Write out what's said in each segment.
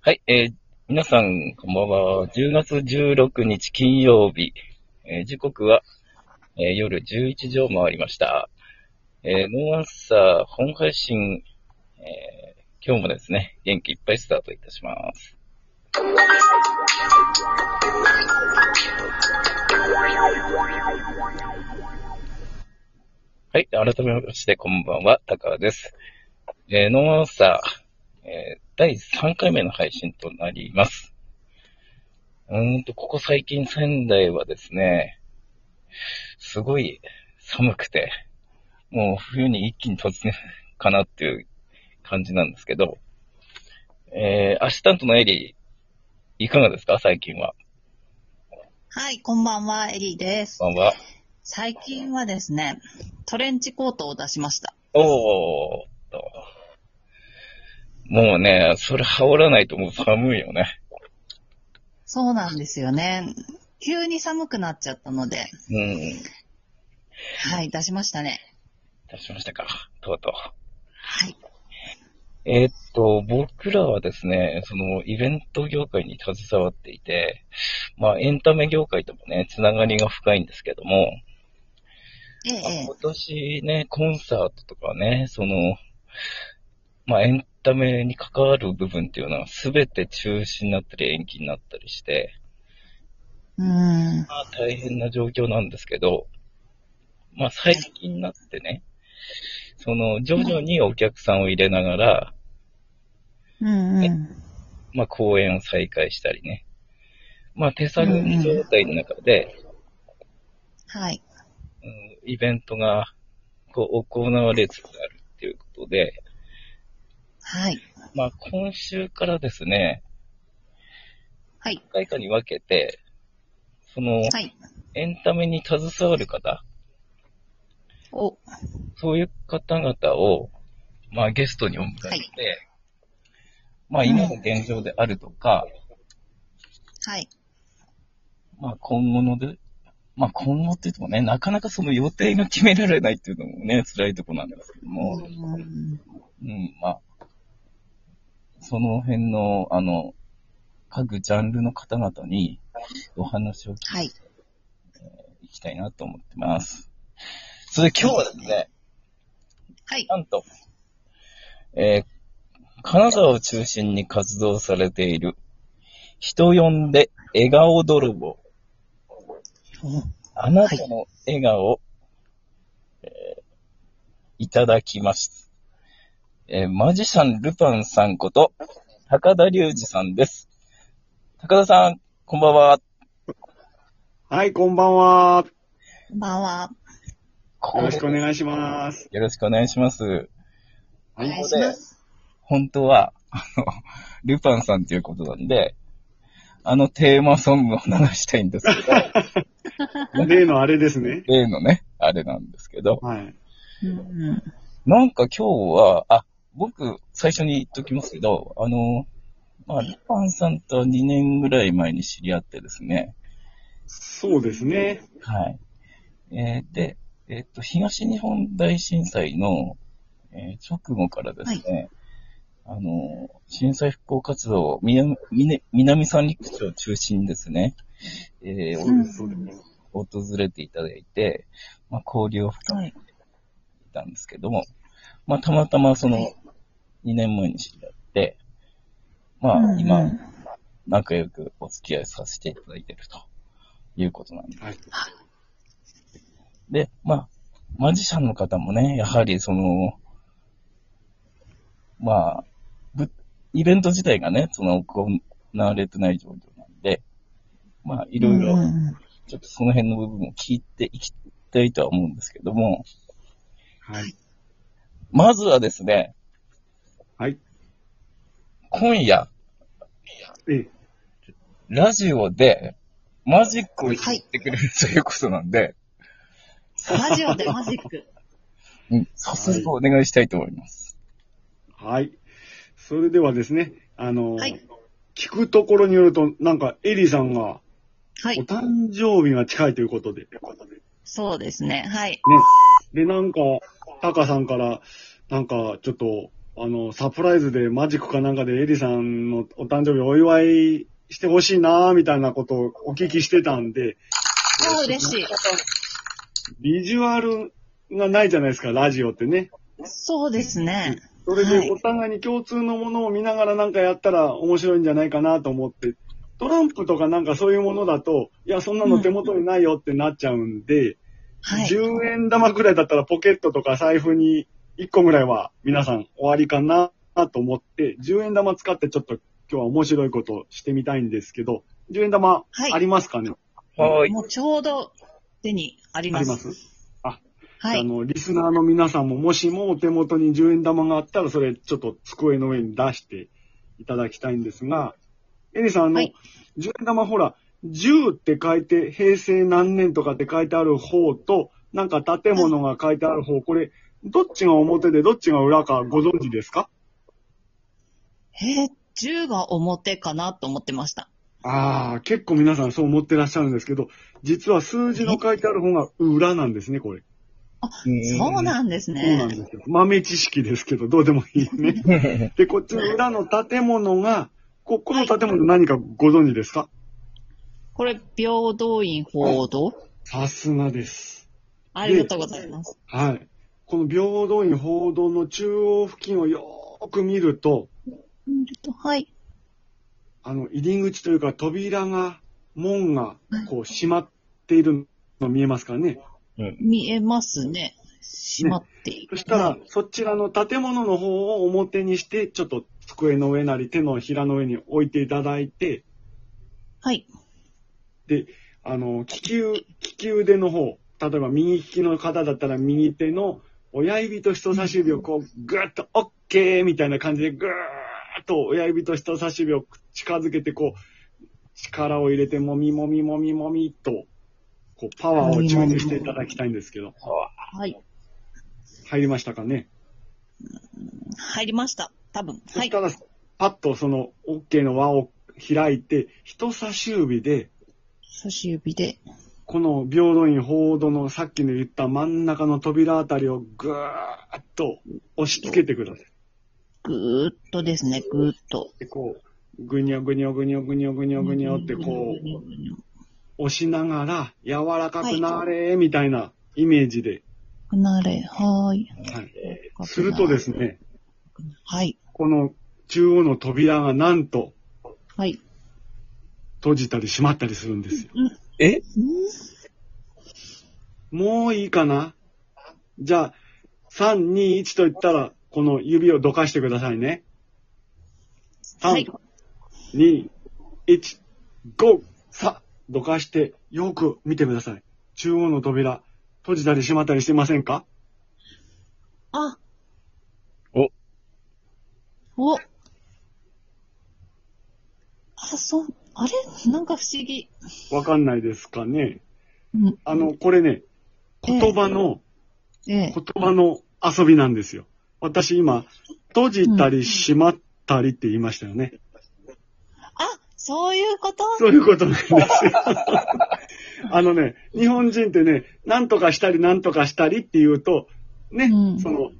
はい、えー皆さん、こんばんは。10月16日金曜日、えー時刻は、えー夜11時を回りました。えーノーアンサー本配信、えー今日もですね、元気いっぱいスタートいたします。はい、改めましてこんばんは、高カです。えーノーアンサー、えー第3回目の配信となります。うーんと、ここ最近仙台はですね、すごい寒くて、もう冬に一気に突入かなっていう感じなんですけど、えー、アシスタントのエリー、いかがですか最近は。はい、こんばんは、エリーです。こんばんは。最近はですね、トレンチコートを出しました。おーっと。もうね、それ羽織らないともう寒いよね。そうなんですよね。急に寒くなっちゃったので、うん。はい、出しましたね。出しましたか。とうとう。はい。えーっと、僕らはですね、そのイベント業界に携わっていて、まあエンタメ業界ともね、つながりが深いんですけども、ええまあええ今年ね、コンサートとかね、その、まあエンタメに関わる部分っていうのは全て中止になったり延期になったりして、うーまん。あ大変な状況なんですけど、まあ最近になってね、その徐々にお客さんを入れながら、うんうん。まあ、公演を再開したりね。まあ、手探り状態の中で、はい。うんイベントがこう行われつつあるっていうことで、はい。まあ、今週からですね、はい。何回かに分けて、その、はい。エンタメに携わる方、お、そういう方々を、まあ、ゲストにお迎えして、まあ、今の現状であるとか、はい。まあ今後ので、まあ今後って言ってもね、なかなかその予定が決められないっていうのもね、辛いとこなんですけどうも、うんん、まあ、その辺の、あの、各ジャンルの方々にお話を聞はい。いきたいなと思ってます。それで今日はですね、はい。なんと、えー、カナダを中心に活動されている、人呼んで笑顔泥棒、おあなたの笑顔を、えーいただきました。えーマジシャンルパンさんこと、高田隆二さんです。高田さん、こんばんは。はい、こんばんは。こんばんは。ここよろでしくお願いします。よろしくお願いします。おはい願いします。本当は、あの、ルパンさんということなんで、あのテーマソングを流したいんですけど、例のあれですね。例のね、あれなんですけど、はい。うんうんなんか今日は、あ、僕、最初に言っときますけど、あの、まあ、ルパンさんとは2年ぐらい前に知り合ってですね、そうですね。はい。えーで、えっと、東日本大震災の、えー直後からですね、あの、震災復興活動を南、南南三陸町を中心にですね、えーそううんです、そうです。お訪れていただいて、まあ、交流を深めていたんですけども、まあ、たまたまそのはい2年前に知り合って、うまんうあ、ん今、仲良くお付き合いさせていただいているということなんです。はい。で、まあ、マジシャンの方もね、やはりその、まあ、ぶイベント自体がね、その行われてない状況なんで、まあ、いろいろ、うんうんちょっとその辺の部分を聞いていきたいとは思うんですけども、はい。まずはですね、はい。今夜、ええ、ラジオで、マジックを弾いてくれる、ということなんで、ラジオでマジック。うん、早速お願いしたいと思います。はい。それではですね、あの、はい聞くところによると、なんか、エリーさんが、はおい。誕生日が近いということで。ね。そうですね。はい。で、なんか、タカさんから、なんか、ちょっと、あの、サプライズでマジックかなんかでエリさんのお誕生日お祝いしてほしいなーみたいなことをお聞きしてたんで、ああ、嬉しい。ビジュアルがないじゃないですか、ラジオってね。そうですね。それはでいお互いに共通のものを見ながらなんかやったら面白いんじゃないかなと思って、トランプとかなんかそういうものだと、いや、そんなの手元にないよってなっちゃうんで、はい。 10円玉くらいだったらポケットとか財布に1個ぐらいは皆さん終わりかなと思って、10円玉使ってちょっと今日は面白いことをしてみたいんですけど、10円玉はいありますかね、はーい。もうちょうど手にありあまりす。ますはあい。の、リスナーの皆さんも、もしもお手元に10円玉があったら、それちょっと机の上に出していただきたいんですが、エリさん、あの、はい10円玉ほら、10って書いて、平成何年とかって書いてある方と、なんか建物が書いてある方、これ、どっちが表でどっちが裏かご存知ですかえー、10が表かなと思ってました。ああ、結構皆さんそう思ってらっしゃるんですけど、実は数字の書いてある方が裏なんですね、これ。そうなんですそうなんね。ですよ。豆知識ですけど、どうでもいいね。んで、こっちの裏の建物が、こ、この建物何かご存知ですかこれ、平等院報道さすがです。ありがとうございます。はい。この平等院報道の中央付近をよーく見ると、見るとはい。あの、入り口というか扉が、門が、こう、閉まっているの見えますかね。見えますね。閉まっていそる。したはらい、そちらの建物の方を表にして、ちょっと机の上なり手のひらの上に置いていただいて、はい。あの、利き腕、利き腕の方、例えば右利きの方だったら右手の親指と人差し指をこう、ぐーっと、オッケーみたいな感じで、ぐーっと親指と人差し指を近づけて、こう、力を入れて、もみもみもみもみと、こう、パワーを注入していただきたいんですけど、はい。入りましたかね。入りました。多分。そはしい。たら、パッとその、オッケーの輪を開いて、人差し指で、差し指で。この平等院報道のさっきの言った真ん中の扉あたりをぐーっと押し付けてください。ぐーっとですね、ぐーっと。で、こう、ぐにょぐにょぐにょぐにょぐにょぐにょってこう、押しながら、柔らかくなれ、みたいなイメージで。離れ、はーい。はい、するとですね、はい。この中央の扉がなんとはい。閉じたり閉まったりするんですよ。えもういいかなじゃあ、3、2、1と言ったら、この指をどかしてくださいね。は3い、。 2、1、5、さ、どかして、よく見てください。中央の扉、閉じたり閉まったりしてませんかあ。お。お。あ、そう、あれなんか不思議。わかんないですかね。うん。あの、これね、ええ言葉の、ええ。言葉の遊びなんですよ。私今、閉じたり閉まったりって言いましたよね。あ、そういうことそういうことなん ですよ。あのね、日本人ってね、なんとかしたりなんとかしたりって言うと、ね、うんその、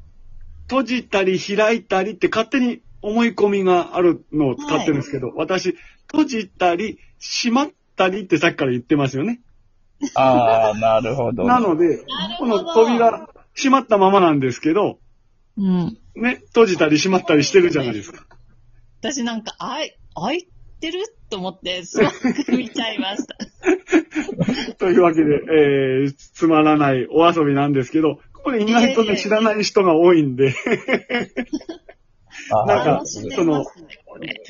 閉じたり開いたりって勝手に思い込みがあるのを使ってるんですけど、私、閉じたり閉まったりってさっきから言ってますよね。ああ、なるほど。なので、この扉、閉まったままなんですけど、うん。ね、閉じたり閉まったりしてるじゃな いですか。私なんか、あい、開いてると思って、すごく見ちゃいま した。というわけで、えー、つまらないお遊びなんですけど、これ意外といえいえね、知らない人が多いんで、あーなんか楽しめますね、これ。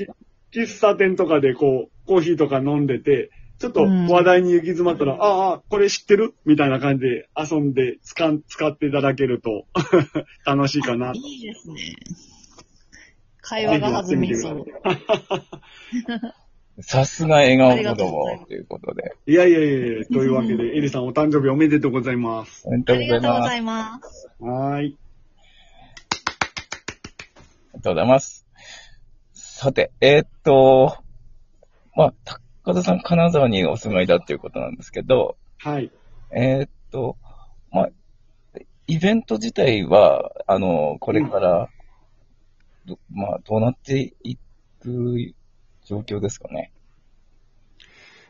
喫茶店とかでこう、コーヒーとか飲んでて、ちょっと話題に行き詰まったら、ああ、これ知ってるみたいな感じで遊んで使ん、使っていただけると 楽しいかな。いいですね。会話が弾みそう。さすが笑顔ありが子とうございま供すということで。いやいやいやいや、というわけ で、エリさんお誕生日おめでとうございます。おめでとあうりござがいとうごます。ざいます。はーい。ありがとうございます。さて、えーっと、まあ、高田さん金沢にお住まいだということなんですけど、はい。えーっと、まあ、イベント自体は、あの、これから、どまあ、どうなっていく状況ですかね。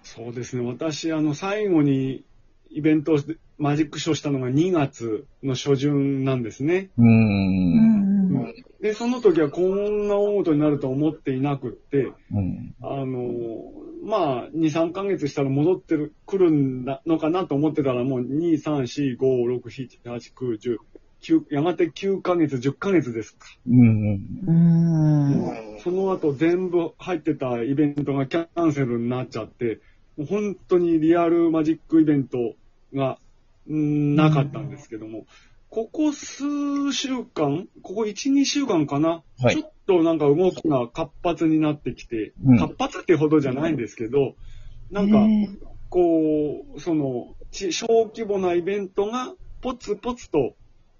そうですね、私、あの、最後にイベントをして、マジックショーしたのが2月の初旬なんですね。うー。うんんうんで、その時はこんな大事になると思っていなくって、うん。あの、まあ、2、3ヶ月したら戻ってる、来るんだのかなと思ってたら、もう2、3、4、5、6、7、8、9、10、9やがて9ヶ月、10ヶ月ですか。うん。うん。うん。その後全部入ってたイベントがキャンセルになっちゃって、もう本当にリアルマジックイベントがうんなかったんですけども、ここ数週間、ここ1、2週間かな、はいちょっとなんか動きが活発になってきて、うん活発ってほどじゃないんですけど、なんか、こう、その、ち小規模なイベントが、ポツポツと、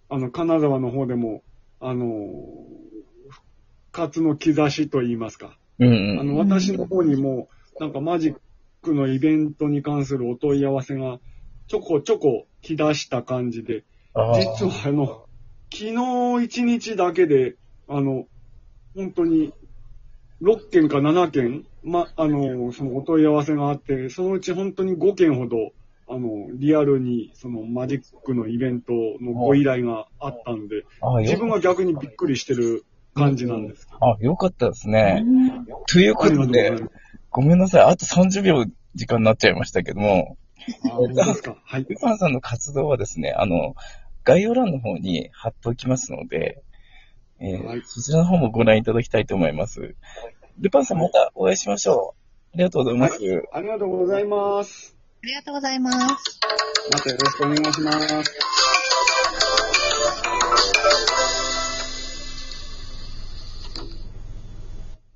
あの、金沢の方でも、あの、復活の兆しといいますか。うん。うあん。の、私の方にも、なんかマジックのイベントに関するお問い合わせが、ちょこちょこ来だした感じで、あー実はあの、昨日一日だけで、あの、本当に、6件か7件、ま、あの、そのお問い合わせがあって、そのうち本当に5件ほど、あの、リアルに、そのマジックのイベントのご依頼があったんで、あー自分よ、は逆にびっくりしてる感じなんですけど。あ、よかったですね。というこありがととうございでま、す。ごめんなさい。あと30秒時間になっちゃいましたけども、あ、本当ですか。はい。ルパンさんの活動はですね、あの、概要欄の方に貼っておきますので、えーはいそちらの方もご覧いただきたいと思います。ルパンさんまたお会いしましょう。ありがとうございます。ありがとうございます。ありがとうございます。またよろしくお願いします。